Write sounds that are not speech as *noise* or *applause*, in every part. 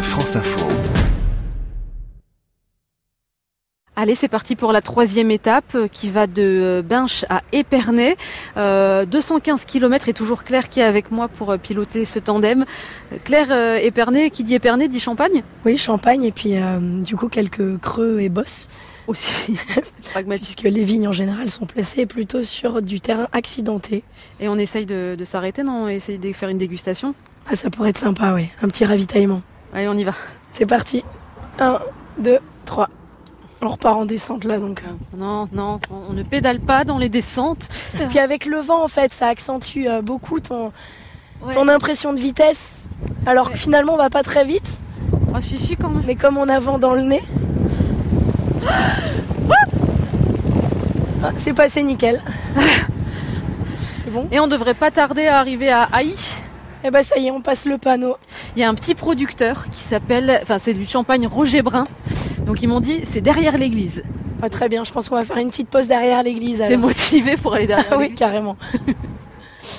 France Info. Allez, c'est parti pour la troisième étape euh, qui va de euh, Binche à Épernay. Euh, 215 km et toujours Claire qui est avec moi pour euh, piloter ce tandem. Euh, Claire euh, Épernay, qui dit Épernay dit Champagne Oui, champagne et puis euh, du coup quelques creux et bosses, *laughs* aussi. Pragmatique. puisque les vignes en général sont placées plutôt sur du terrain accidenté. Et on essaye de, de s'arrêter, non On essaye de faire une dégustation. Ah, ça pourrait être sympa, oui. Un petit ravitaillement. Allez, on y va. C'est parti. 1, 2, 3. On repart en descente là donc. euh. Non, non, on on ne pédale pas dans les descentes. Puis avec le vent en fait, ça accentue euh, beaucoup ton, Ouais. ton impression de vitesse. Alors Ouais. que finalement on va pas très vite, Ah, si, si, quand même. mais comme on a vent dans *gasps* le nez. Ah, C'est *laughs* passé nickel. C'est bon. Et on devrait pas tarder à arriver à Haï. Et bah ça y est, on passe le panneau. Il y a un petit producteur qui s'appelle, enfin c'est du champagne Roger Brun. Donc ils m'ont dit c'est derrière l'église. Ah, très bien, je pense qu'on va faire une petite pause derrière l'église. T'es alors. motivé pour aller *laughs* derrière Ah *laughs* oui, l'église carrément.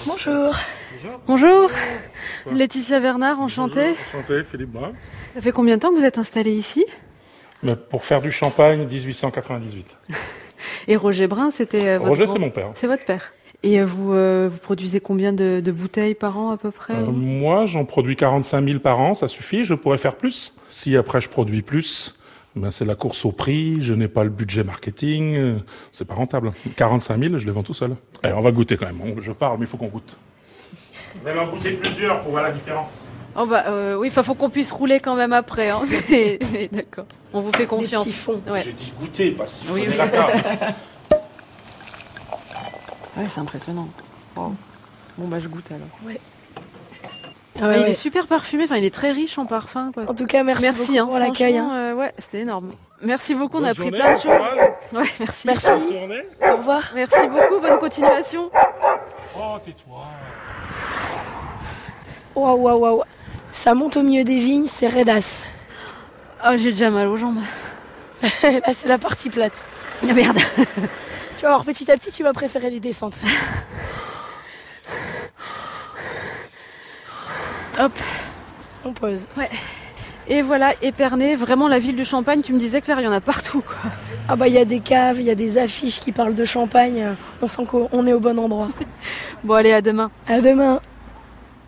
Bonjour. Bonjour, Laetitia Bernard, enchantée. Bonjour, Enchanté, Philippe Brun. Ça fait combien de temps que vous êtes installée ici Mais Pour faire du champagne, 1898. Et Roger Brun, c'était euh, votre Roger, grand- c'est mon père. C'est votre père. Et euh, vous, euh, vous produisez combien de, de bouteilles par an à peu près Euh, hein moi, j'en produis 45 000 par an, ça suffit, je pourrais faire plus. Si après je produis plus, ben c'est la course au prix, je n'ai pas le budget marketing, euh, c'est pas rentable. 45 000, je les vends tout seul. Allez, on va goûter quand même, On- je parle, mais il faut qu'on goûte. Vous allez en goûter plusieurs pour voir la différence. Oh bah euh, oui, enfin faut qu'on puisse rouler quand même après. *laughs* hein. Mais- mais D'accord. On vous fait Des petits confiance. fonds. Ouais. J'ai dit goûter, pas si Oui, oui. la table. Ouais, c'est impressionnant. Bon bah je goûte alors. Ah Ah, ouais, il ouais. est super parfumé, enfin il est très riche en parfum quoi. En tout cas, merci, Merci, beaucoup hein, pour l'accueil. hein. franchement, euh, ouais, c'était énorme. Merci beaucoup, *laughs* on Bonne a appris journée, plein de bon choses. courage, Ouais, merci. hein. euh, Merci, bonne journée. au revoir. Merci beaucoup, bonne continuation. Oh, tais-toi. Waouh, waouh, waouh. Ça monte au milieu des vignes, c'est raidas. Ah, j'ai déjà mal aux jambes. *laughs* Là, c'est la partie plate. Ah, merde. Tu vas voir, petit à petit, tu vas préférer les descentes. *laughs* Hop. On pose. Et voilà, Épernay, vraiment la ville du Champagne, tu me disais Claire, il y en a partout. quoi. Ah bah, il y a des caves, il y a des affiches qui parlent de champagne. On sent qu'on est au bon endroit. Bon allez, à demain. À demain.